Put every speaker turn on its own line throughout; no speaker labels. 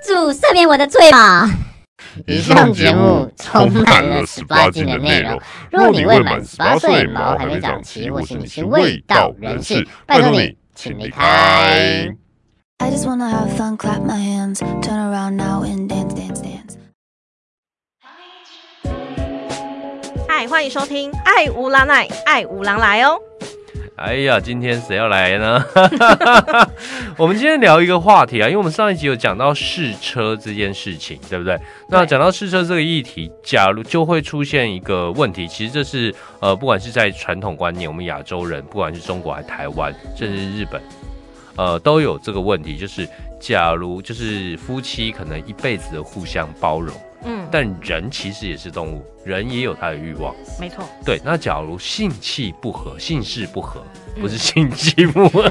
主赦免我的罪吧！
以上节目充满了十八禁的内容。若你未满十八岁，毛还没长齐，或是你是未到人士，拜托你，请离开。
I just wanna have fun, clap my hands, turn around now and dance, dance, dance.
嗨，欢迎收听《爱无狼来》，爱无狼来哦。
哎呀，今天谁要来呢？ 我们今天聊一个话题啊，因为我们上一集有讲到试车这件事情，对不对？那讲到试车这个议题，假如就会出现一个问题，其实这是呃，不管是在传统观念，我们亚洲人，不管是中国还是台湾，甚至日本，呃，都有这个问题，就是假如就是夫妻可能一辈子的互相包容，
嗯，
但人其实也是动物，人也有他的欲望。
没错。
对，那假如性气不合，性事不合，不是性气不 合，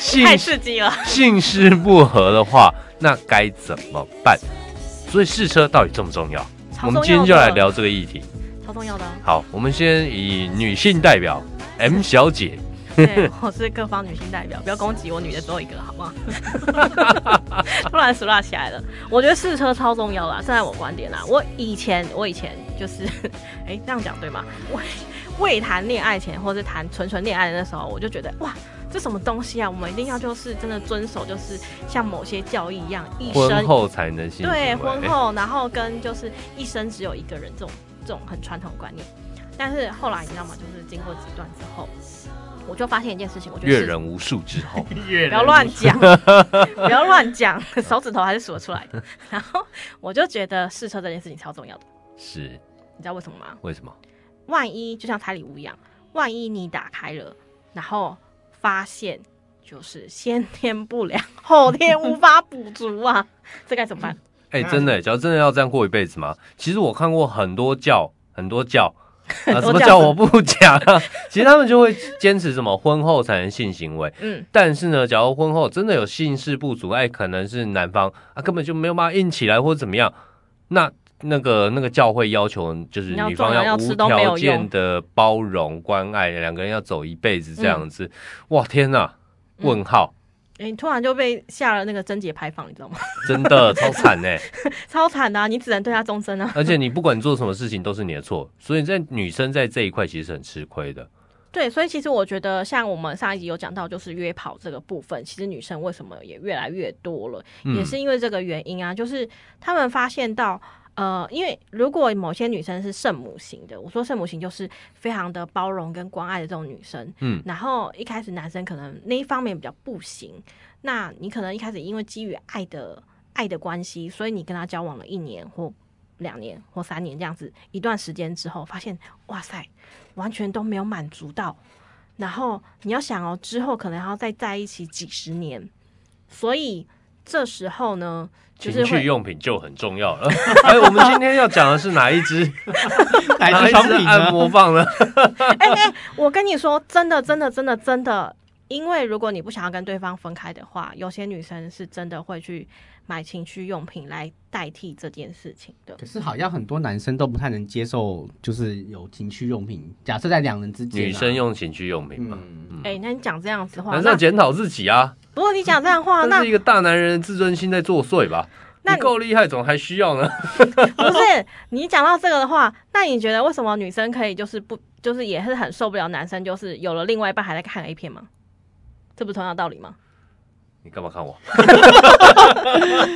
性
嗯太刺激了。
性事不合的话，那该怎么办？所以试车到底重不重要？
超
我
重要的
们今天就来聊这个议题。
超重要 的啊。
好，我们先以女性代表 M 小姐，
对，我是各方女性代表，不要攻击我女的最后一个，好吗？ 突然数落起来了。我觉得试车超重要啦，站在我观点啦，我以前我以前就是， 哎、这样讲对吗？我未谈恋爱前，或是谈纯纯恋爱的那时候，我就觉得哇。这什么东西啊？我们一定要就是真的遵守，就是像某些教义一样，一生
婚后才能性行
对，
为
婚后，然后跟就是一生只有一个人这种 这种很传统的观念。但是后来你知道吗？就是经过几段之后，我就发现一件事情，我觉得
阅
是
人无数之 后，
不要乱讲，不要乱讲，手指头还是数得出来的。然后我就觉得试车这件事情超重要的，
是
你知道为什么吗？
为什么？
万一就像胎里无一样，万一你打开了，然后发现就是先天不良，后天无法补足啊，这该怎么办？
哎、真的、 假如真的要这样过一辈子吗？其实我看过很多教，很多 教。啊，
多
什么
教
叫
什么
我不讲啊？ 其实他们就会坚持什么婚后才能性行为，
嗯，
但是呢，假如婚后真的有性事不足，哎，可能是男方啊根本就没有办法硬起来或者怎么样，那那个那个教会要求就是
你要
女方
纵容要
无
吃都没有
条件
用
的包容关爱，两个人要走一辈子这样子，哇天哪！
嗯
问号，
哎你突然就被下了那个贞洁牌坊，你知道吗？
真 的超惨哎、
超惨的、啊，你只能对他终身啊。
而且你不管做什么事情都是你的错，所以在女生在这一块其实是很吃亏的。
对，所以其实我觉得，像我们上一集有讲到，就是约跑这个部分，其实女生为什么也越来越多了，
嗯
也是因为这个原因啊，就是他们发现到。呃，因为如果某些女生是圣母型的，我说圣母型就是非常的包容跟关爱的这种女生，
嗯
然后一开始男生可能那一方面比较不行，那你可能一开始因为基于爱的爱的关系，所以你跟他交往了一年或两年或三年这样子一段时间之后，发现哇塞，完全都没有满足到。然后你要想哦，之后可能要再在一起几十年，所以这时候呢，就是
情趣
会
用品就很重要了。 哎，我们今天要讲的是哪一支？
哪
哪
一
一
商品
支按
呢？
摩棒 呢？
哎哎、我跟你说，真的，真的，真的，真的，因为如果你不想要跟对方分开的话，有些女生是真的会去买情趣用品来代替这件事情的。
可是好像很多男生都不太能接受，就是有情趣用品。假设在两人之间啊、
女生用情趣用品嘛。
嗯，
哎、那你讲这样子的话，
男生
那
要检讨自己啊，
如果你讲这样的话，那
这是一个大男人的自尊心在作祟吧？
那
你
你
够厉害，怎么还需要呢？
不是你讲到这个的话，那你觉得为什么女生可以就是不就是也是很受不了男生就是有了另外一半还在看 A 片吗？这不是同样道理吗？
你干嘛看我？
对不对？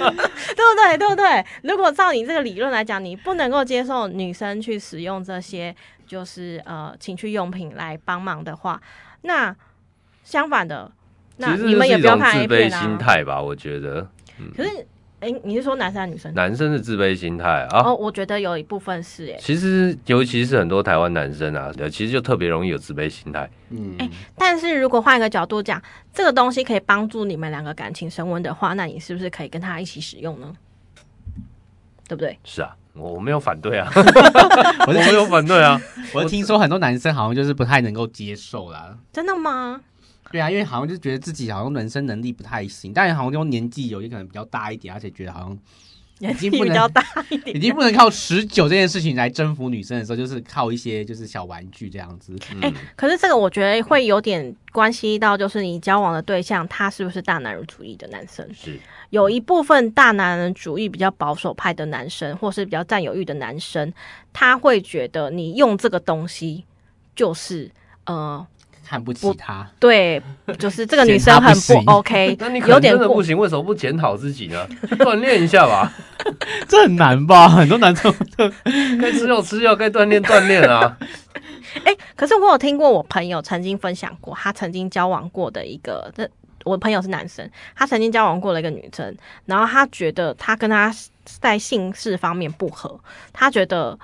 对不对？如果照你这个理论来讲，你不能够接受女生去使用这些就是呃情趣用品来帮忙的话，那相反的，那
其实
你们也
是一
不要
种自
看 A
卑
片
心
啊。
态吧，我觉得
可是，哎，你是说男生还是女生？
男生的自卑心态啊。
嗯哦，我觉得有一部分是哎，
其实，尤其是很多台湾男生啊，其实就特别容易有自卑心态。
嗯，
但是如果换一个角度讲，这个东西可以帮助你们两个感情升温的话，那你是不是可以跟他一起使用呢？对不对？
是啊，我我没有反 对啊，
我
我没
是
有反对啊。
我是听说很多男生好像就是不太能够接受啦。
真的吗？
对啊，因为好像就觉得自己好像人生能力不太行，但好像就年纪有一个人比较大一点，而且觉得好像
年纪
经不
比
能
较大一
已
点，
经不能靠持久这件事情来征服女生的时候，就是靠一些就是小玩具这样子。
嗯
哎、可是这个我觉得会有点关系到，就是你交往的对象他是不是大男人主义的男生？
是
有一部分大男人主义比较保守派的男生，或是比较占有欲的男生，他会觉得你用这个东西就是呃，
看不起他，
对，就是这个女
嫌他
生很
不行
不 OK，
那你可
有
能
点
真的
过
不行，为什么不检讨自己呢？锻炼一下吧，
这很难吧？很多男生
该吃药吃药，该锻炼锻炼啊。
哎、可是我有听过我朋友曾经分享过，他曾经交往过的一个，那我朋友是男生，他曾经交往过的一个女生，然后他觉得他跟他在性事方面不合，他觉得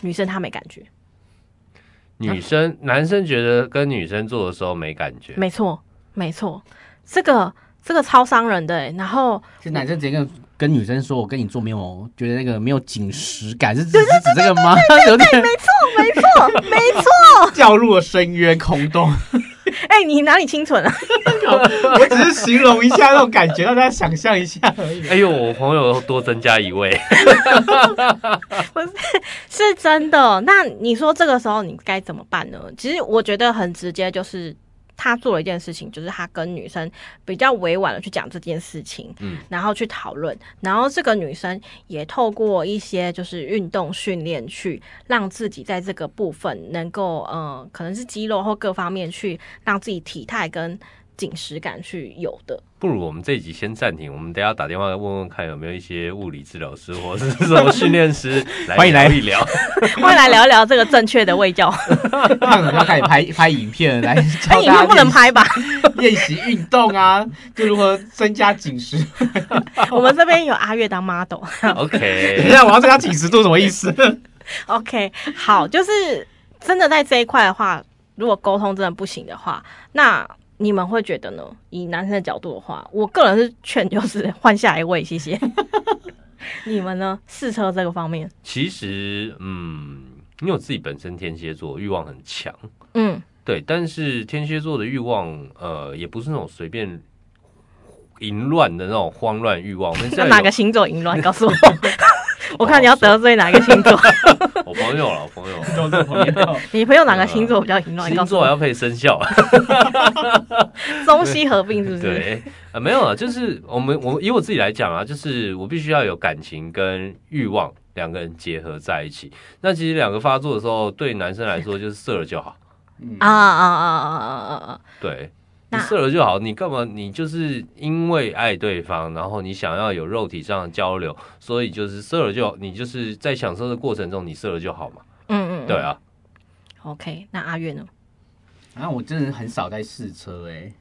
女生他没感觉，
女生、男生觉得跟女生做的时候没感觉，
没错，没错，这个这个超伤人的、欸，然后
是男生直接跟跟女生说：“我跟你做没有，觉得那个没有紧实 感，是指是指这个吗？”有 点
没错，没错，没错，
掉入了深渊空洞。
哎、你哪里清纯啊？
我只是形容一下那种感觉，让大家想象一下而已。
哎呦，我朋友又多增加一位，
是真的。那你说这个时候你该怎么办呢？其实我觉得很直接，就是他做了一件事情，就是他跟女生比较委婉的去讲这件事情，
嗯，
然后去讨论，然后这个女生也透过一些就是运动训练去让自己在这个部分能够呃，可能是肌肉或各方面去让自己体态跟紧实感去有的。
不如我们这一集先暂停，我们等一下打电话问问看有没有一些物理治疗师或是什么训练师来
欢迎来
聊一聊。
我们来聊一聊这个正确的喂教，
这样子要开始拍拍影 片来
哎，
教
影
大
片不能
家
拍吧？
练习练习运动啊，就如何增加紧实。
我们这边有阿月当哦 model。
等
OK，
一下，啊我要增加紧实度什么意思？
OK，好，就是真的在这一块的话，如果沟通真的不行的话，那你们会觉得呢？以男生的角度的话，我个人是劝就是换下一位，谢谢。你们呢？试车这个方面，
其实嗯，因为我自己本身天蝎座欲望很强，
嗯，
对，但是天蝎座的欲望呃，也不是那种随便淫乱的那种慌乱欲望，我们现
那
在
哪个
有
星座 淫乱？你告诉我， 我看你要得罪哪个星
哦
座？
我朋友了，我朋友。
你朋友哪个星座比较淫 乱？你告
星
诉
座啊要
我，
配生 肖，
中西合并是不是？
对，啊、没有啊，就是我们我以我自己来讲啊，就是我必须要有感情跟欲望两个人结合在一起。那其实两个发作的时候，对男生来说就是射了就好，
啊啊啊啊啊啊啊！
对，你
那
射了就好，你干嘛？你就是因为爱对方，然后你想要有肉体上的交流，所以就是射了就好，你就是在享受的过程中，你射了就好嘛，
嗯嗯，嗯
对。 啊，
OK，那阿月呢？
啊，我真的很少在试车哎、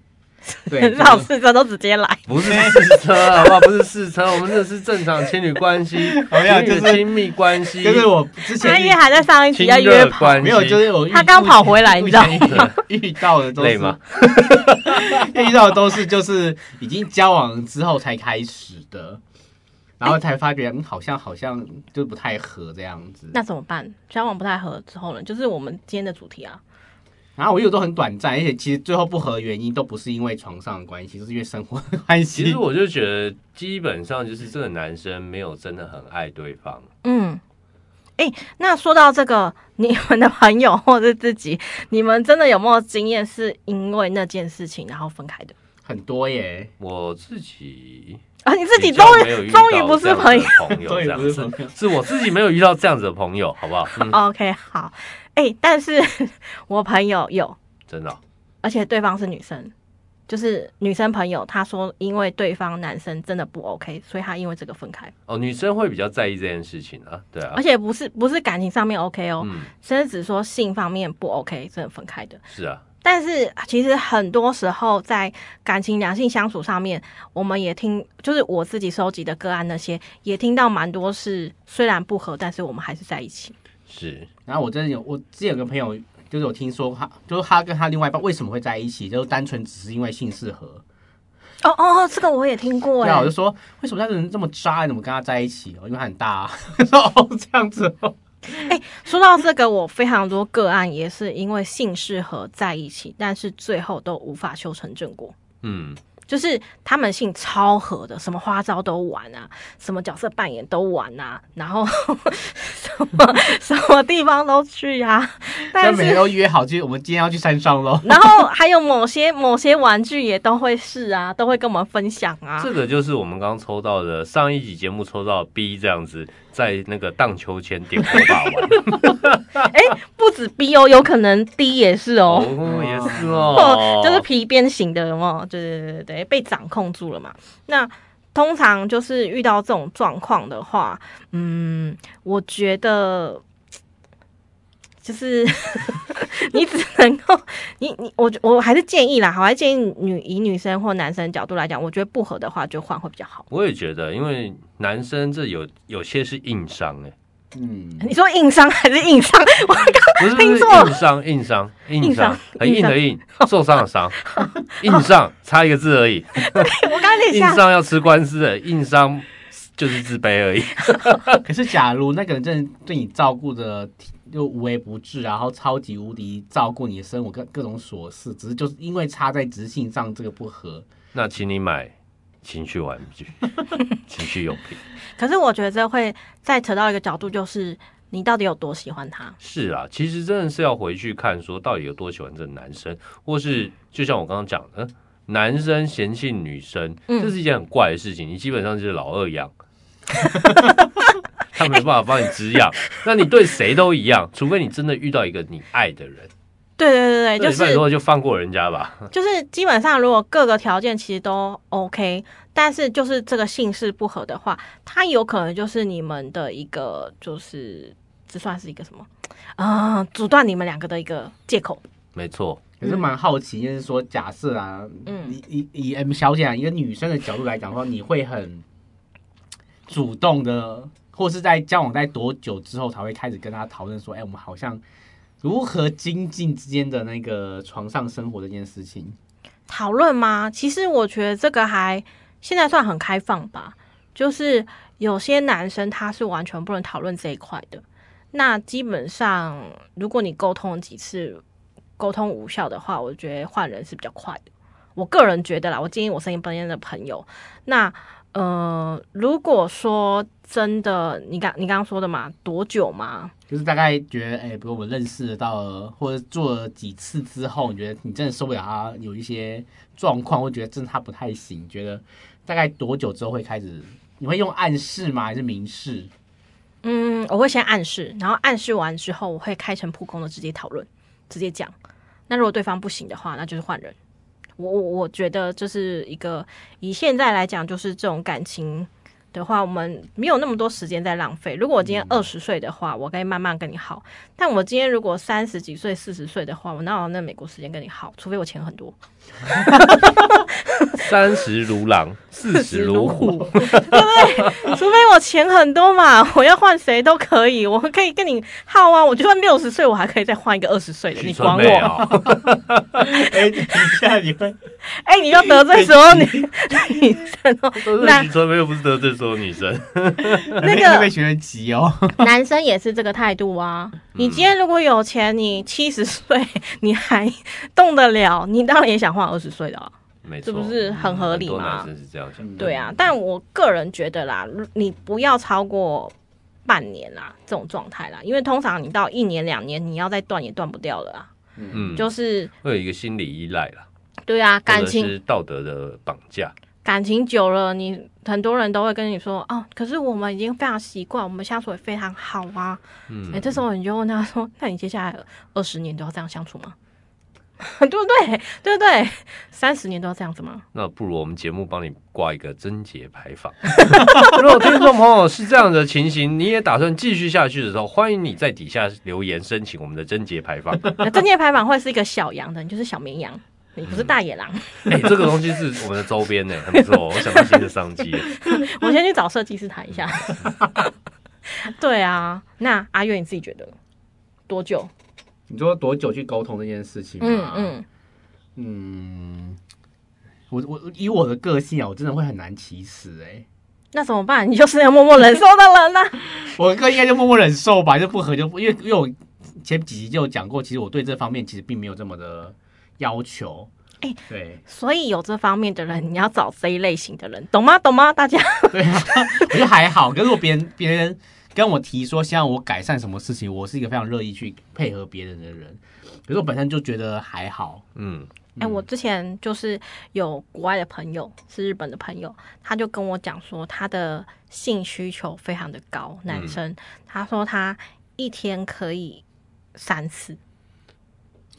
对，
很少试车都直接来。
不是试车好不好？不是试车，我们这是正常情侣关 系，
好像
情侣
哦就是
亲密关系，
就是我之前
阿
遇
月还在上一集
亲
要约
热
炮。
关系
没有，就是我遇
他刚跑回来你知道吗
目前遇遇到的都
累
是
吗？
遇到的都是就是已经交往之后才开始的，然后才发觉嗯好像好像就不太合这样子。
那怎么办？交往不太合之后呢？就是我们今天的主题啊。
然后我有都很短暂，而且其实最后不合的原因都不是因为床上的关系，都是因为生活的关
其
系
实。我就觉得，基本上就是这个男生没有真的很爱对方。
嗯，哎、那说到这个，你们的朋友或者自己，你们真的有没有经验是因为那件事情然后分开的？
很多耶，
我自己
啊，你自己
比
终
较没有
于
遇
终于
到
不
这
是
样子
朋友。
的朋友
终于
这样
不是
子，
朋友。
是我自己没有遇到这样子的朋友，好不好？嗯，
OK，好，哎、但是 我朋友有，
真的哦、
而且对方是女生，就是女生朋友，她说因为对方男生真的不 OK，所以她因为这个分开，
哦，女生会比较在意这件事情啊，对啊
而，且不是不是感情上面 OK 哦，
嗯，
甚至只说性方面不 OK，真的分开的。
是啊，
但是呃其实很多时候在感情良性相处上面，我们也听，就是我自己收集的个案那些，也听到蛮多是虽然不合，但是我们还是在一起。
是
然后我真的有，我之前有个朋友就是有听说他，就是他跟他另外一半为什么会在一起，就是单纯只是因为性适合。
哦哦，哦，这个我也听过
对
哎、
啊，我就说为什么那个人这么渣，你怎么跟他在一起哦？因为他很大、啊。 我说哦，这样子哦。
说到这个，我非常多个案也是因为性适合在一起，但是最后都无法修成正果。
嗯，
就是他们性超合的，什么花招都玩啊，什么角色扮演都玩啊，然后 什么什么地方都去啊。
那
但
每天
是，
都约好去，我们今天要去山上喽。
然后还有某些某些玩具也都会试啊，都会跟我们分享啊。
这个就是我们刚抽到的上一集节目抽到 B 这样子，在那个荡秋千点火把玩。
不止 B 哦，有可能 D 也是 哦。
哦，也是
哦
哦，，
就是皮鞭型的，有没有？对对对对对，被掌控住了嘛。那通常就是遇到这种状况的话，嗯，我觉得就是 你只能够， 你你我我还是建议啦，好，我还是建议女以女生或男生角度来讲，我觉得不合的话就换会比较好。
我也觉得，因为男生这有有些是硬伤 哎、
嗯，
你说硬伤还是硬伤？ 我
不是不是
听错
硬伤硬伤硬
硬
伤
伤，
很硬的硬，受伤的伤，硬伤差一个字而已，
我刚才
硬
想，
伤要吃官司的，硬伤就是自卑而已。
可是假如那个人真的对你照顾的就无微不至，然后超级无敌照顾你的生活各各种琐事，只是就是因为差在执行上这个不合，
那请你买情趣玩 具、情趣用品。
可是我觉得这会再扯到一个角度，就是你到底有多喜欢他？
是啊，其实真的是要回去看，说到底有多喜欢这个男生，或是就像我刚刚讲的，男生嫌弃女生，
嗯
这是一件很怪的事情，你基本上就是老二 养。他没办法帮你滋养，那你对谁都一样，除非你真的遇到一个你爱的人，
对对对哎对，就
那你拜
是
托就放过人家吧。
就是基本上，如果各个条件其实都 OK，但是就是这个姓氏不合的话，它有可能就是你们的一个就是这算是一个什么啊、阻断你们两个的一个借口。
没错，
可是蛮好奇，就是说假设啊，
嗯
以以以 M 小姐啊，一个女生的角度来讲的话，你会很主动的，或是在交往在多久之后才会开始跟他讨论说，哎、我们好像如何精进之间的那个床上生活这件事情？
讨论吗？其实我觉得这个还现在算很开放吧，就是有些男生他是完全不能讨论这一块的。那基本上，如果你沟通了几次沟通无效的话，我觉得换人是比较快的。我个人觉得啦，我建议我身边的朋友，那呃，如果说真的，你刚你刚刚说的嘛，多久嘛？
就是大概觉得，哎、比如我认识到了，或者做了几次之后，你觉得你真的受不了他有一些状况，或觉得真的他不太行，觉得大概多久之后会开始？你会用暗示吗？还是明示？
嗯，我会先暗示，然后暗示完之后，我会开诚布公的直接讨论，直接讲。那如果对方不行的话，那就是换人。我我我觉得这是一个以现在来讲，就是这种感情的话，我们没有那么多时间在浪费。如果我今天二十岁的话，我可以慢慢跟你好；但我今天如果三十几岁、四十岁的话，我哪有那美国时间跟你好？除非我钱很多。
三十如狼， 四十如虎，
除非我钱很多嘛，我要换谁都可以，我可以跟你耗啊。我就算六十岁，我还可以再换一个二十岁的，
许
你
纯
管
美
我？
啊。
哎、等一下你会
哎、你要得罪所有女女生哦。
都是
那
许纯美，又不是得罪所有女生。
那
你会被
个
学生急哦。
男生也是这个态度啊。
嗯
你今天如果有钱，你七十岁你还动得了，你当然也想换二十岁的、啊。
没错，
这不是很合理
嗯很多
吗
男生是这样想的，
对啊，但我个人觉得啦，如你不要超过半年啦这种状态啦，因为通常你到一年两年，你要再断也断不掉了啊。
嗯，
就是
会有一个心理依赖啦，
对啊，感
或者
情
是道德的绑架。
感情久了，你很多人都会跟你说哦，可是我们已经非常习惯，我们相处也非常好啊。
嗯
哎、，这时候你就问他说：“那你接下来二十年都要这样相处吗？ 对不对？对不对？三十年都要这样 子吗？
那不如我们节目帮你挂一个贞节牌 坊。如果听众朋友是这样的情形，你也打算继续下去的时候，欢迎你在底下留言申请我们的贞节牌 坊。
那证件排版会是一个小羊的，你就是小绵羊，你不是大野狼。
哎、这个东西是我们的周边 呢、很不错哦，我想到新的商机了。
我先去找设计师谈一下。对啊，那阿月你自己觉得多久？
你说多久去沟通这件事情
嗯
吗？
嗯，
嗯我我以我的个性啊，我真的会很难启齿哎，
那怎么办？你就是要默默忍受的人啊啦、
我哥应该就默默忍受吧，就不合就不，因为因为我前几集就有讲过，其实我对这方面其实并没有这么的要求，
哎
对
所以有这方面的人，你要找这一类型的人，懂吗？懂吗？大家
对啊，我觉得还好。可是我别人别人跟我提说，希望我改善什么事情，我是一个非常乐意去配合别人的人。可是我本身就觉得还好，
嗯，
哎、我之前就是有国外的朋友，是日本的朋友，他就跟我讲说，他的性需求非常的高，男生，他说他一天可以三次，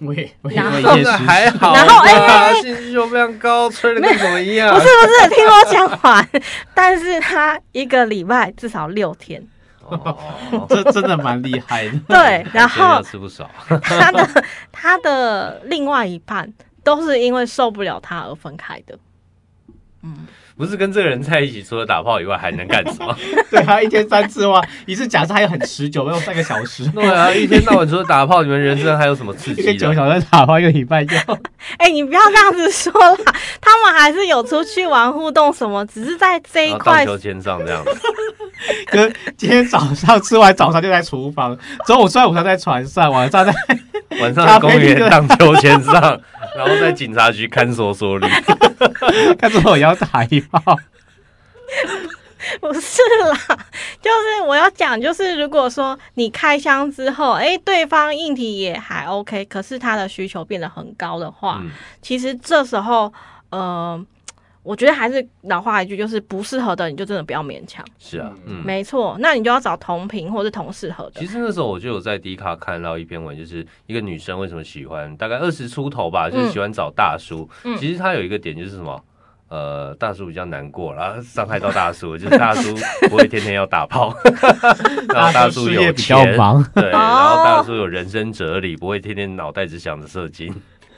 我也我也
然后
我
一
也
那
是
还好吧，
然后哎
兴趣又非常高，吹的跟什么一样
不是？不是，听我讲完，但是他一个礼拜至少六天，
哦
这真的蛮厉害的。
对，
真
然
的要
后
吃不少，
他的他的另外一半都是因为受不了他而分开的，
不是跟这个人在一起，除了打炮以外还能干什么？
对啊，一天三次哇，一次假设还有很持久，要三个小 时，
对啊，一天到晚除了打炮，你们人生还有什么刺
一个
激
九
的？
小时打完一个礼拜就。
哎、你不要这样子说啦，他们还是有出去玩互动什么，只是在这
然
一
后啊荡
块
秋千上这样子，
可是今天早上吃完早餐就在厨房，中午吃完午餐在船上，晚上在
晚上在公园荡秋千上，然后在警察局看守所里。
看着我也要打一 炮。
不是啦，就是我要讲，就是如果说你开箱之后，哎、对方硬体也还 OK，可是他的需求变得很高的话，
嗯
其实这时候，呃，我觉得还是老话一句，就是不适合的你就真的不要勉强。
是啊，嗯。
没错，那你就要找同频或是同适合的
其。实那时候我就有在迪卡看到一篇文，就是一个女生为什么喜欢，大概二十出头吧，就是喜欢找大叔。
嗯
其实她有一个点就是什么，呃，大叔比较难过啦，然后伤害到大叔，就是大叔不会天天要打 炮，然后大叔
事
有
业比较
钱，
忙，
对，然后大叔有人生哲理，不会天天脑袋只想着射精。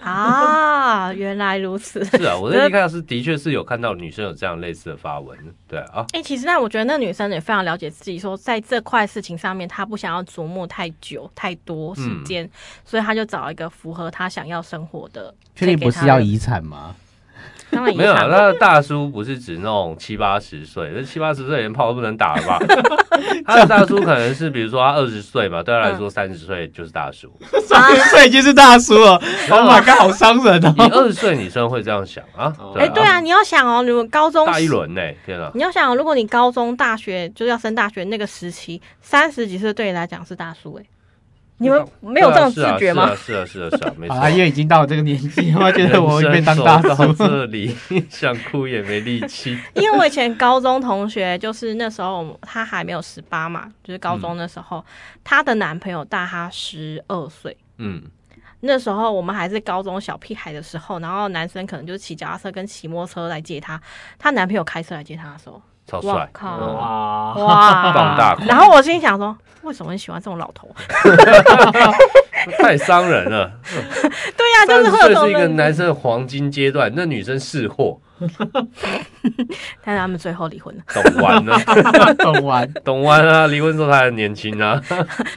啊，原来如此。
是啊，我在迪卡是的确是有看到女生有这样类似的发文，对啊，
哎、其实那我觉得那女生也非常了解自己，说在这块事情上面，她不想要琢磨太久、太多时
嗯
间，所以她就找一个符合她想要生活的。
确定不是要遗产 吗？
当然遗
没有啊，
产了，
那大叔不是指那种七八十岁，那七八十岁连炮都不能打了 吧？他的大叔可能是比如说他二十岁嘛，对他
嗯
来说三十岁就是大叔。
三十岁已经是大叔了，Oh my god，好伤人
啊以
哦！
二十岁女生会这样想啊？
哎、对啊，你要想哦，如果高中
大一轮呢、天啊！
你要想哦，如果你高中、大学就是要升大学那个时期，三十几岁对你来讲是大叔哎、你们没有这种自觉吗？
是啊，是啊，是啊，是啊，没
好啦，因
错。
为已经到了这个年纪，我觉得我会被当大
人 生走
叔
到。这里， 想哭也没力气。
因为我以前高中同学，就是那时候我们她还没有十八嘛，就是高
嗯
中那时候，她、的男朋友大她十二岁。
嗯，
那时候我们还是高中小屁孩的时候，然后男生可能就是骑脚踏车跟骑摩托车来接她，她男朋友开车来接她的时 候，
超
哇
帅！
靠
嗯
哇，
哇，
放大款
然后我心里想说，为什么你喜欢这种老头？
太伤人了。
对呀、
三
就啊是
十
会
岁
有这种
是一个
认
男生的黄金阶段，那女生是货，
但是他们最后离婚了。
懂玩呢。
懂完，
懂完啊， 离婚之后他还年轻啊。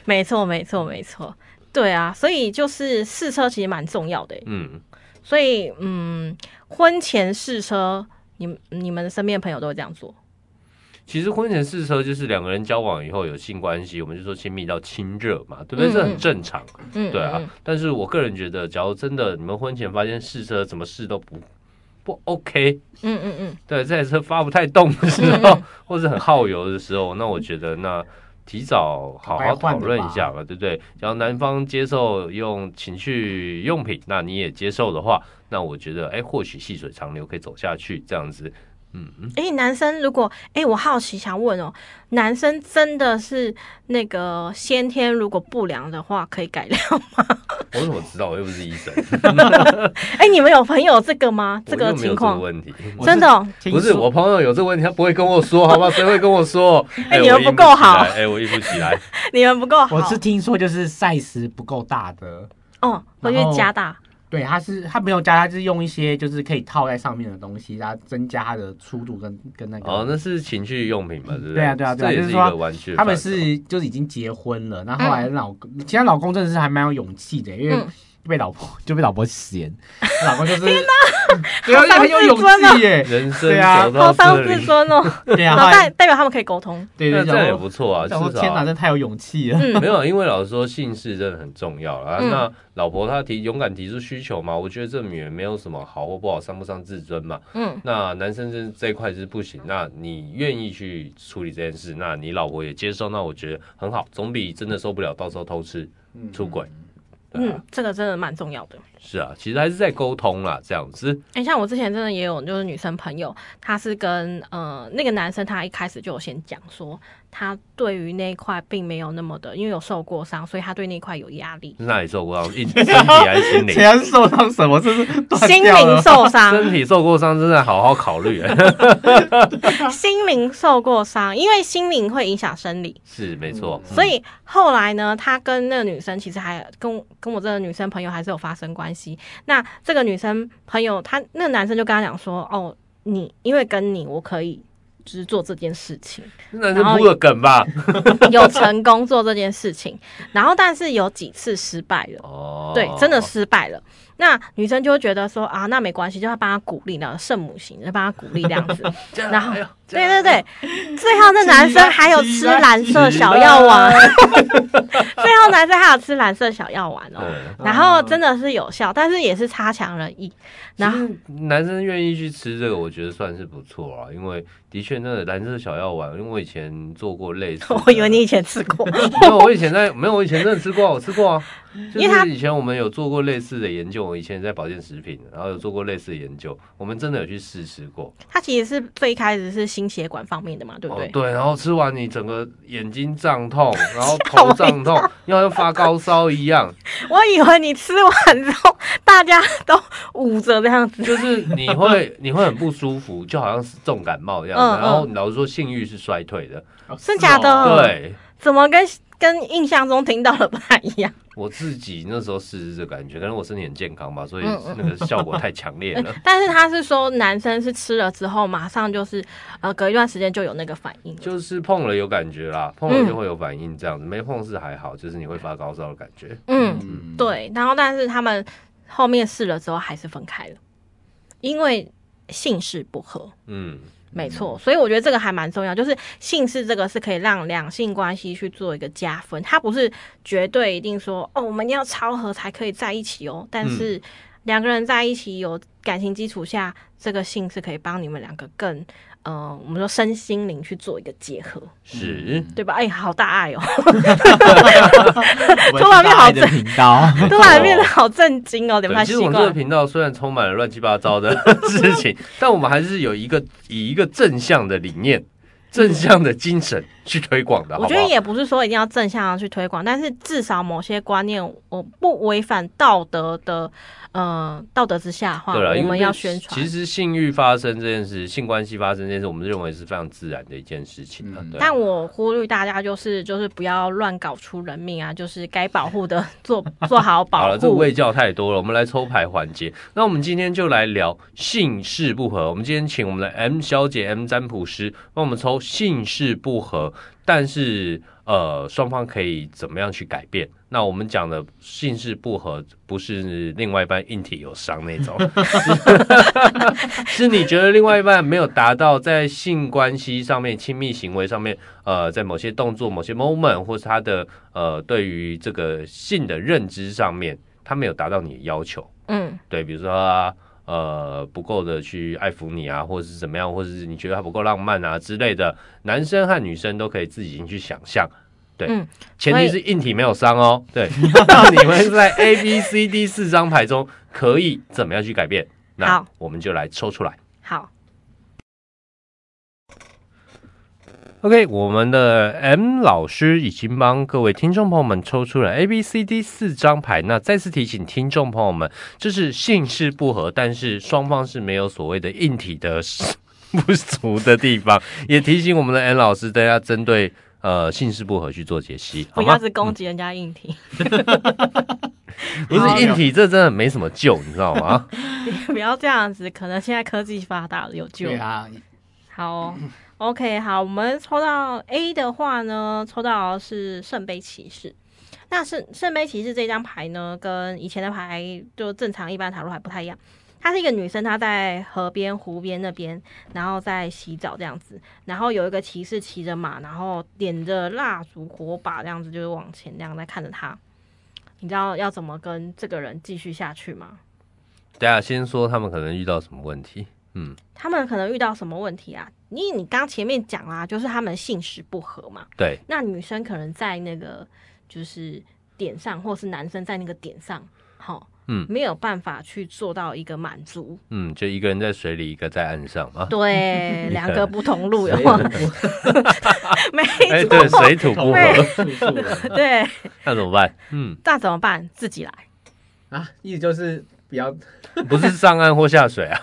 没错，没错，没错。对啊，所以就是试车其实蛮重要的欸，
嗯，
所以嗯，婚前试车，你们你们身边的朋友都会这样做。
其实婚前试车就是两个人交往以后有性关系，我们就说亲密到亲热嘛，对不对？
嗯
这很正常，
嗯，
对啊
嗯嗯。
但是我个人觉得，假如真的你们婚前发现试车怎么试都不不 OK，
嗯嗯嗯，
对这台车发不太动的时候， 或是很耗油的时候，那我觉得那。提早好好讨论一下吧，对不对？然后男方接受用情趣用品，那你也接受的话，那我觉得，哎，或许细水长流可以走下去，这样子，嗯嗯。
哎、男生如果哎、我好奇想问哦，男生真的是那个先天如果不良的话，可以改良？
我怎么知道？我又不是医生，
哎、你们有朋友这个吗？这
我
个
又没有
情
这个
况
问题。
我
真的、哦？
不是我朋友有这个问题，他不会跟我说，好吧？谁会跟我 说？
哎
哎
你们
我硬
不够
起来
好
哎，我硬不起来。
你们不够好，
我是听说就是赛时不够大的，
哦，回去
然后
加大。
对，它是它没有加，它是用一些就是可以套在上面的东西，它增加它的粗度跟跟那个。
哦，那是情趣用品嘛，对不
对啊对啊对啊
这也
就是是
一
说
个玩具的范畴。
他们是就是已经结婚了，那后来老公，其他老公真的是还蛮有勇气的，因为
嗯
被老婆就被老婆嫌，老公 就是天对啊，很有勇
好伤自尊哦
气耶，
人生
对啊
走到
好
这
伤自
里，
尊哦。
对啊，
然
后
后代
来
代表他们可以沟通，
对
那
对，
这样也
然后
不错啊，至
想说天哪，
少
真的太有勇气了，
嗯
没有，因为老实说，姓氏真的很重要啊。
嗯
那老婆她提勇敢提出需求嘛，我觉得这女人没有什么好或不好，伤不伤自尊嘛。
嗯，
那男生这这一块是不行，那你愿意去处理这件事，那你老婆也接受，那我觉得很好，总比真的受不了到时候偷吃
嗯
出轨。对啊
嗯，这个真的蛮重要的。
是啊，其实还是在沟通啦，这样子。
哎、像我之前真的也有，就是女生朋友，她是跟呃那个男生，他一开始就有先讲说，他对于那一块并没有那么的，因为有受过伤，所以他对那一块有压力，
那里受过伤，一身体还是心灵
谁？要受伤什么？这是断
心
掉了
灵受 伤，
身体受过伤，真的好好考虑、
心灵受过伤，因为心灵会影响生理，
是没错，
嗯
所以后来呢，他跟那个女生其实还跟我跟我这个女生朋友还是有发生关系。那这个女生朋友，她那个男生就跟她讲说：“哦，你因为跟你，我可以只做这件事 情，
那是铺个梗吧。
有成功做这件事情。然后但是有几次失败了，
哦，
对，真的失败了。”那女生就会觉得说啊，那没关系，就要帮她鼓励的圣母型，就帮她鼓励这样子。
这样。
然后
哎呦这
对
样
对 对，最后那男生还有吃蓝色小药丸， 最后男生还有吃蓝色小药丸哦。
嗯
然后真的是有效，但是也是差强人意。然后。
男生愿意去吃这个，我觉得算是不错啊，因为的确那个蓝色小药丸，因为我以前做过类似的
我以为你以前吃 过，
没有，我以前在没有，我以前真的吃过啊，我吃过 啊。就
因为他
是以前我们有做过类似的研究，我以前在保健食品，然后有做过类似的研究，我们真的有去试吃过。
它其实是最开始是心血管方面的嘛，对不对？
哦、对，然后吃完你整个眼睛胀痛，然 后头胀痛，要像发高烧一样，
我以为你吃完之后大家都捂着这 样子。
就是你会 你会很不舒服，就好像是重感冒一样。
嗯嗯嗯
然后老实说，性欲是衰退的，
哦
真假的
是哦
对。
怎么跟跟印象中听到的不太一 样？
我自己那时候试试这个感觉，可能我身体很健康吧，所以
嗯嗯
那个效果太强烈 了。
但是他是说男生是吃了之后马上就是呃隔一段时间就有那个反应了，
就是碰了有感觉啦，
嗯
碰了就会有反应，这样子、没碰是还好，就是你会发高烧的感觉。
嗯。
嗯，
对，然后但是他们后面试了之后还是分开了，因为姓氏不合，
嗯，
没错。所以我觉得这个还蛮重要，就是姓氏这个是可以让两性关系去做一个加分，它不是绝对一定说哦我们要超合才可以在一起哦，但
嗯
是两个人在一起有感情基础下，这个姓是可以帮你们两个更。呃，我们说身心灵去做一个结合，
是。
对吧？哎、好大爱 哦！
我们
突然变好
是大爱的频 道，
突然变得好震惊哦，有点
对，
不太
其
习
实我
惯。
们这个频道虽然充满了乱七八糟的事 情，但我们还是有一个以一个正向的理念、正向的精神去推广的，好不
我
好？
觉得也不是说一定要正向的去推广，但是至少某些观念，我不违反道德的，呃，道德之下的话，
对啊了，因为
我们要宣
其
传。
实性欲发生这件事，性关系发生这件事，我们认为是非常自然的一件事情啊。
嗯
对，
但我呼吁大家，就是就是不要乱搞出人命啊！就是该保护的做 做好
好
保
了，这个
护。
味教太多了，我们来抽牌环节。那我们今天就来聊姓氏不合。我们今天请我们的 M 小姐 M 占卜师帮我们抽姓氏不合，但是呃双方可以怎么样去改变？那我们讲的姓氏不合，不是另外一半硬体有伤那 种，是你觉得另外一半没有达到在性关系上面、亲密行为上面，呃，在某些动作、某些 moment，或是他的呃对于这个性的认知上面，他没有达到你的要求。
嗯，
对，比如说他呃不够的去爱抚你啊，或者是怎么样，或者是你觉得他不够浪漫啊之类的，男生和女生都可以自己去想象。对，
嗯
前提
所
是硬体没有伤哦。 对，那你们在 A、B、C、D 四张牌中可以怎么样去改变？那
好
我们就来抽出来。
好，
OK，我们的 M 老师已经帮各位听众朋友们抽出了 A、B、C、D 四张牌。那再次提醒听众朋友们，这是姓氏不合，但是双方是没有所谓的硬体的不足的地方。 也提醒我们的 M 老师，大家针对呃姓氏不合去做解析，好
不要
吗？嗯
只攻击人家硬体，
不是硬体，这真的没什么救，你知道吗？
不要这样子。可能现在科技发达了，有救。
对啊，
好哦、o k 好，我们抽到 A 的话呢，抽到的是圣杯骑士。那圣圣杯骑士这张牌呢，跟以前的牌就正常一般塔罗牌不太一样。她是一个女生，她在河边、湖边那边，然后在洗澡这样子。然后有一个骑士骑着马，然后点着蜡烛、火把这样子，就是往前那样在看着她。你知道要怎么跟这个人继续下去吗？
大家啊先说他们可能遇到什么问题？嗯，
他们可能遇到什么问题啊？因为你刚前面讲啦、就是他们性事不合嘛。
对，
那女生可能在那个就是点上，或是男生在那个点上，好，
嗯
没有办法去做到一个满足。
嗯，就一个人在水里，一个在岸上啊 嘛。
对，两个不同 路有
所以
吗？没
哎，
错，
对，水土不
对
服，
对，
那怎么办？嗯，
那怎么办？自己来，
啊，意思就是比较
不是上岸或下水啊。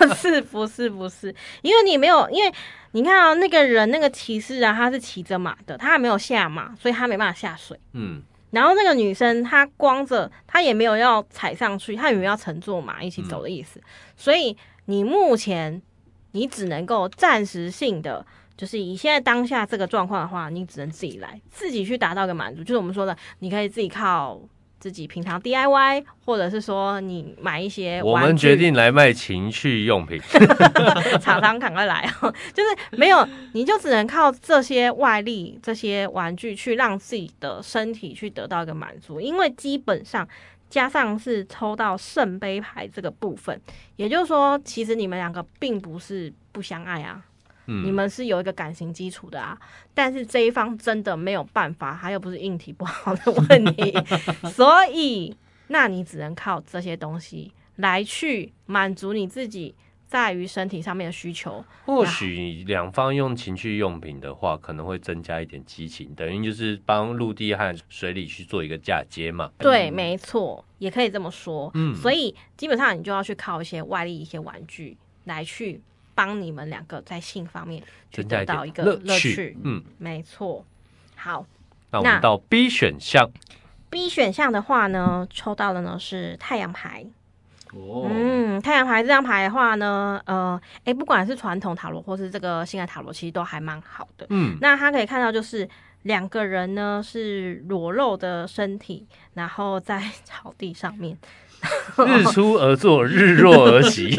不是不是不是，因为你没有，因为你看啊，那个人那个骑士啊，他是骑着马的，他还没有下马，所以他没办法下水。
嗯，
然后那个女生她光着，她也没有要踩上去，她也没有要乘坐马一起走的意思。
嗯
所以你目前你只能够暂时性的，就是以现在当下这个状况的话，你只能自己来，自己去达到一个满足。就是我们说的，你可以自己靠自己平常 DIY，或者是说你买一些
我
哎玩
们
具
决定来卖情趣用品。
厂商赶快来哦！ 就是没有，你就只能靠这些外力、这些玩具去让自己的身体去得到一个满足，因为基本上加上是抽到圣杯牌这个部分，也就是说，其实你们两个并不是不相爱啊，
嗯，
你们是有一个感情基础的啊，但是这一方真的没有办法，他又不是硬体不好的问 题，所以那你只能靠这些东西来去满足你自己在于身体上面的需求。
或许两方用情趣用品的话，可能会增加一点激情，等于就是帮陆地和水里去做一个嫁接嘛。
对，没错，也可以这么说。
嗯
所以基本上你就要去靠一些外力、一些玩具来去帮你们两个在性方面去
增加
得
一
到一
点
个
乐
趣。
嗯，
没错。好
那我们
那
到 B 选项，
，B 选项的话呢，抽到的呢是太阳牌。
哦，
嗯，太阳牌这张牌的话呢，呃，诶，不管是传统塔罗或是这个现代塔罗，其实都还蛮好的。
嗯，
那他可以看到，就是两个人呢是裸露的身体，然后在草地上面。
日出而作，日落而息。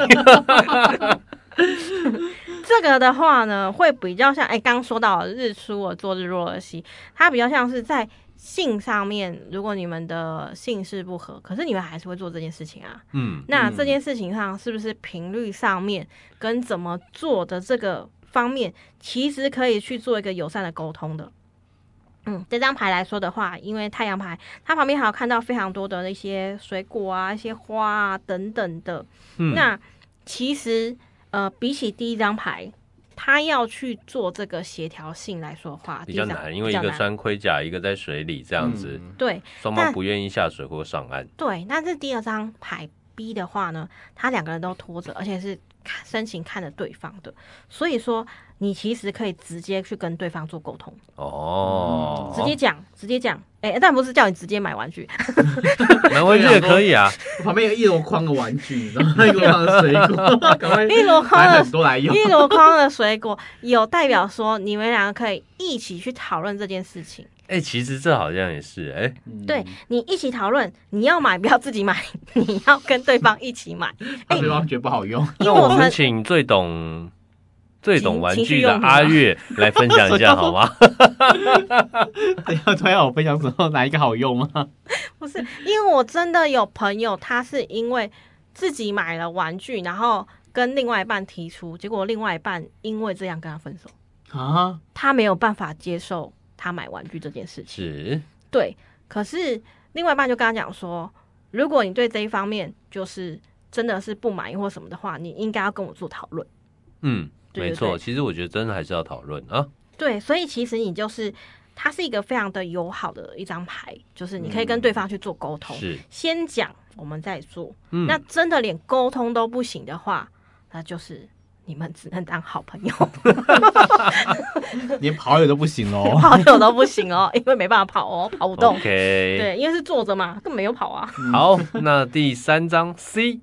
这个的话呢，会比较像哎，刚说到的日出而作，日落而息，它比较像是在性上面，如果你们的性事不合，可是你们还是会做这件事情啊。
嗯，
那这件事情上是不是频率上面跟怎么做的这个方面，其实可以去做一个友善的沟通的。嗯，这张牌来说的话，因为太阳牌，它旁边还有看到非常多的一些水果啊、一些花啊等等的。
嗯
那其实呃，比起第一张牌，它要去做这个协调性来说的话，
比较
第一张
难，因为
比
一
较
个
难
穿盔甲，一个在水里，这样子
嗯
对
双方不愿意下水或上岸。
对，那这第二张牌 B 的话呢，他两个人都拖着，而且是看深情看着对方的，所以说你其实可以直接去跟对方做沟通，
哦，
嗯直接讲，直接讲，哎、但不是叫你直接买玩具，
买玩具也可以啊。
旁边有一箩筐的玩具，你知道吗？一箩筐的水 果，赶快
一箩筐
买
的
很多来用。
一箩筐的水果，有代表说你们两个可以一起去讨论这件事情，
哎、其实这好像也是，哎、
嗯
对你一起讨论，你要买不要自己买， 你要跟对方一起买，
怕对方觉得不好用，
因为
那我
我
们
们
请最懂最懂玩具的
情情绪用品吗啊
阿 月来分享一下好吗？
哎
等一下突然要我分享什么？哪一个好用吗？
不是，因为我真的有朋友，他是因为自己买了玩具，然后跟另外一半提出，结果另外一半因为这样跟他分手，
啊，
他没有办法接受他买玩具这件事情。
是，
对，可是另外一半就跟他讲说，如果你对这一方面就是真的是不满意或什么的话，你应该要跟我做讨论。
嗯，
对
没错。
对对
其实我觉得真的还是要讨论啊。
对，所以其实你就是，它是一个非常的友好的一张牌，就是你可以跟对方去做沟通，
是，
先讲我们再做。
嗯，
那真的连沟通都不行的话，那就是你们只能当好朋友，
哦
连跑友都不行喽。
跑友都不行 哦，因为没办法跑哦，跑不动。
OK，嗯
对，因为是坐着嘛，根本没有跑啊。
好，那第三张 C，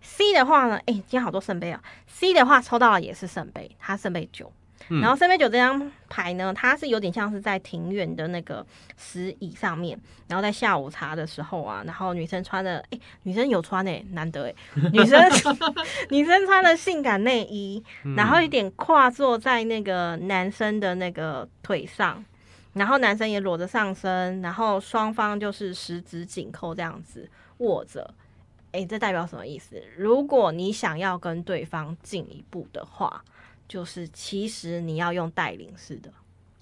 C 的话呢，哎、今天好多圣杯啊。C 的话抽到的也是圣杯，它圣杯九。
嗯
然后三杯酒这张牌呢，它是有点像是在庭院的那个石椅上面，然后在下午茶的时候啊，然后女生穿的，哎、女生有穿哎、难得哎、女生女生穿的性感内衣，然后一点跨坐在那个男生的那个腿上，然后男生也裸着上身，然后双方就是十指紧扣这样子握着。诶，这代表什么意思？如果你想要跟对方进一步的话，就是其实你要用带领式的。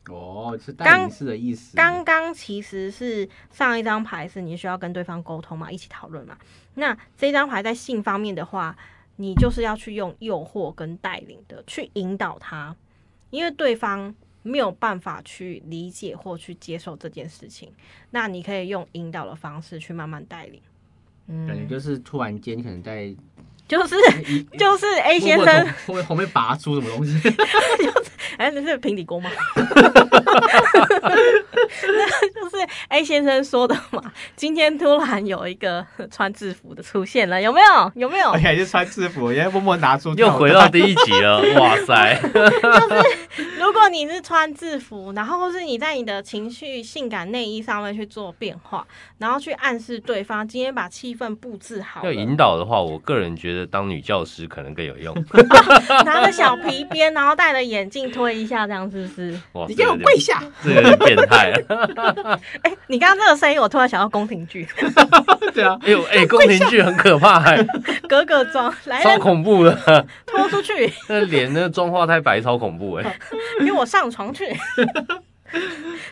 哦，是带领式的意思。
刚刚其实是上一张牌是你需要跟对方沟通嘛，一起讨论嘛。那这张牌在性方面的话，你就是要去用诱惑跟带领的去引导他，因为对方没有办法去理解或去接受这件事情，那你可以用引导的方式去慢慢带领。
感觉
嗯，
就是突然间可能在哎
就是
一
嗯就是 A 先
会
生，
不会后面拔出什么 东西？
哎，那是平底锅吗？ 那就是 A 先生说的嘛。今天突然有一个穿制服的出现了，有没有？有没有？
而且还是穿制服，人家默默拿出，
又回到第一集了，哇塞！
如果你是穿制服，然后或是你在你的情绪性感内衣上面去做变化，然后去暗示对方今天把气氛布置好
要
了，
引导的话，我个人觉得当女教师可能更有 用。
拿着小皮鞭，然后戴着眼镜推一下，这样是不是？
哇，
你
这
给
有
我
点
跪下！
这有点变态 啊！
哎、你刚刚这个声音，我突然想到宫廷剧
对啊，
哎呦，哎，宫廷剧很可怕，哎，
格格装，来
超
人
恐怖的，
拖出去，
那脸那妆化太白，超恐怖哎。
给我上床去。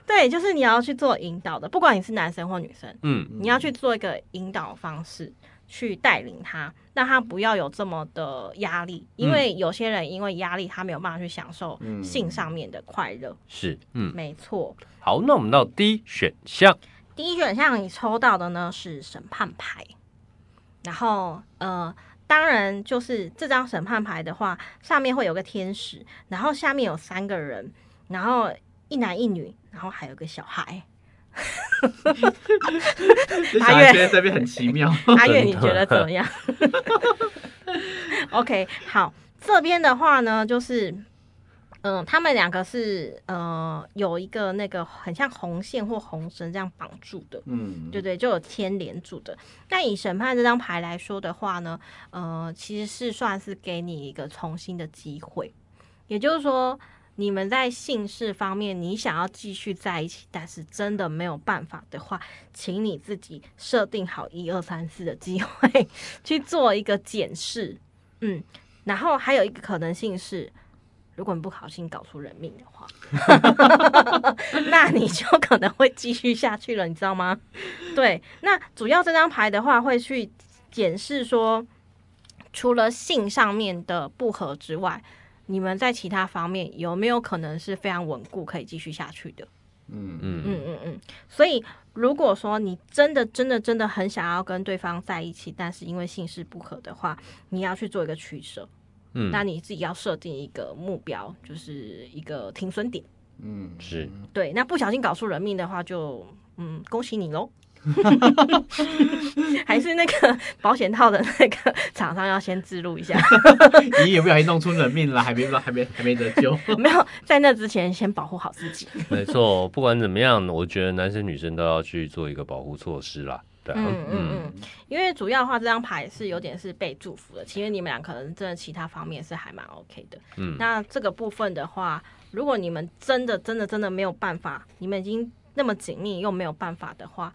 对，就是你要去做引导的，不管你是男生或女生。
嗯，
你要去做一个引导方式，去带领他，让他不要有这么的压力，因为有些人因为压力，他没有办法去享受
嗯
性上面的快乐。
是，嗯，
没错，
好，那我们到 D 选项，
第一选项你抽到的呢是审判牌，然后呃，当然就是这张审判牌的话，上面会有个天使，然后下面有三个人，然后一男一女，然后还有个小孩。
就小孩觉得这边很奇妙。
阿月，
真
你
的
觉得怎么样 ？OK，好，这边的话呢，就是，嗯、他们两个是呃有一个那个很像红线或红绳这样绑住的，
嗯，
对 对，就有牵连住的。那以审判这张牌来说的话呢，呃，其实是算是给你一个重新的机会，也就是说。你们在姓氏方面，你想要继续在一起，但是真的没有办法的话，请你自己设定好一二三四的机会 去做一个检视。嗯，然后还有一个可能性是，如果你不好心搞出人命的话， 那你就可能会继续下去了，你知道吗？对，那主要这张牌的话，会去检视说，除了性上面的不合之外，你们在其他方面有没有可能是非常稳固，可以继续下去的？
嗯，
嗯
嗯嗯嗯。所以，如果说你真的、真的、真的很想要跟对方在一起，但是因为性事不合的话，你要去做一个取舍。
嗯，
那你自己要设定一个目标，就是一个停损点。
嗯，
是
对，那不小心搞出人命的话就，嗯，恭喜你喽。 还是那个保险套的那个厂商要先自录一下，
你有没有还弄出人命了？还没，还没，还没得救。
没有在那之前先保护好自己。
没错，不管怎么样，我觉得男生女生都要去做一个保护措施啦。对啊，
嗯嗯嗯，因为主要的话，这张牌是有点是被祝福的，其实你们俩可能真的其他方面是还蛮 OK 的。
嗯
那这个部分的话，如果你们真的真的真的没有办法，你们已经那么紧密又没有办法的话，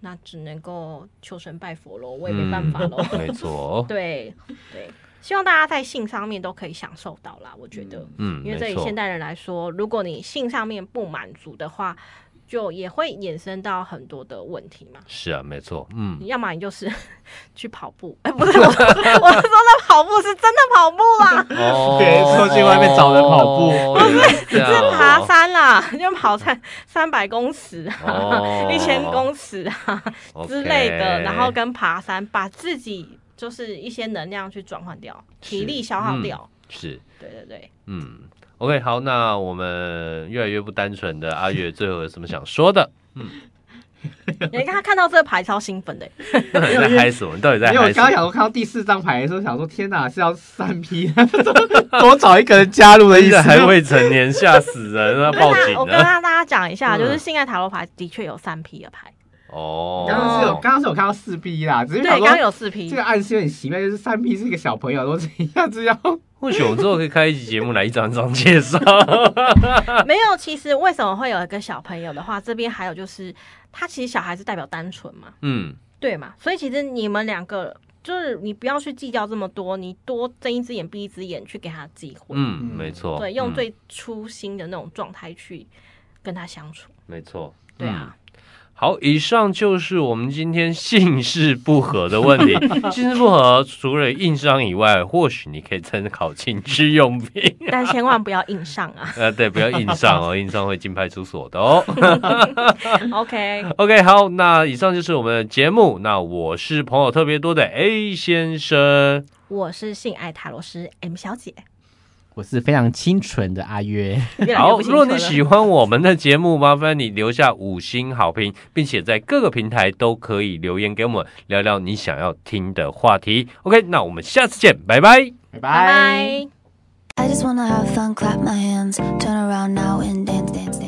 那只能够求神拜佛喽，我也没办法喽。
嗯没错，
对对，希望大家在性上面都可以享受到啦。我觉得，
嗯，
因为对
没
于
错
现，代人来说，如果你性上面不满足的话，就也会衍生到很多的问题嘛。
是啊，没错，嗯，
要么你就是 去跑步，哎、不 是我，我是说那跑步是真的跑步啦，
哦
对出去外面找人跑步
是
是哦爬山啦，就跑三三百公尺啊，
哦
一千公尺啊之类的，然后跟爬山，把自己就是一些能量去转换掉，体
是
力消耗
嗯
掉。
是
对对对。
嗯，OK，好，那我们越来越不单纯的阿月，最后有什么想说的？
你哎看他看到这个牌超兴奋的，欸
那 你在嗨什么？你到底在
因为我
嗨
刚
什么？
刚想说看到第四张牌的时候，想说天哪，是要三 P，多找一个人加入的意
真
思啊
的。还未成年，吓死人，要
我跟
报警啊
他，我跟
了。
他大家讲一下，
嗯
就是性爱塔罗牌的确有三批的牌，
哦，
刚刚是有，刚刚是有看到四 P 啦，只是
嗯
对，
想
刚
说
刚有四批
这，个暗示有点奇妙，就是三 P 是一个小朋友，都这样子要
或许我们之后可以开一集节目来一张一张介 绍。
没有。其实为什么会有一个小朋友的话，这边还有就是，他其实小孩子代表单纯嘛，
嗯，
对嘛？所以其实你们两个就是你不要去计较这么多，你多睁一只眼闭一只眼去给他机会，
嗯，没错，
对，用
嗯
最初心的那种状态去跟他相处，
没错，
对啊。
好，以上就是我们今天姓氏不合的问 题。姓氏不合，除了硬伤以外，或许你可以参考情趣用 品。
但千万不要硬上啊。
呃，对，不要硬伤哦，硬伤会进派出所的哦。
OK，
OK，好，那以上就是我们的节目。那我是朋友特别多的 A 先生，
我是性爱塔罗师 M 小姐，
我是非常清纯的阿约，
越来越
好，
不清
如
楚
果
了
你喜欢我们的节目，麻烦你留下五星好评，并且在各个平台都可以留言给我们，聊聊你想要听的话题。OK，那我们下次见，拜拜。
拜
拜拜。
I just wanna have fun, clap my hands, turn around now and dance, dance, dance.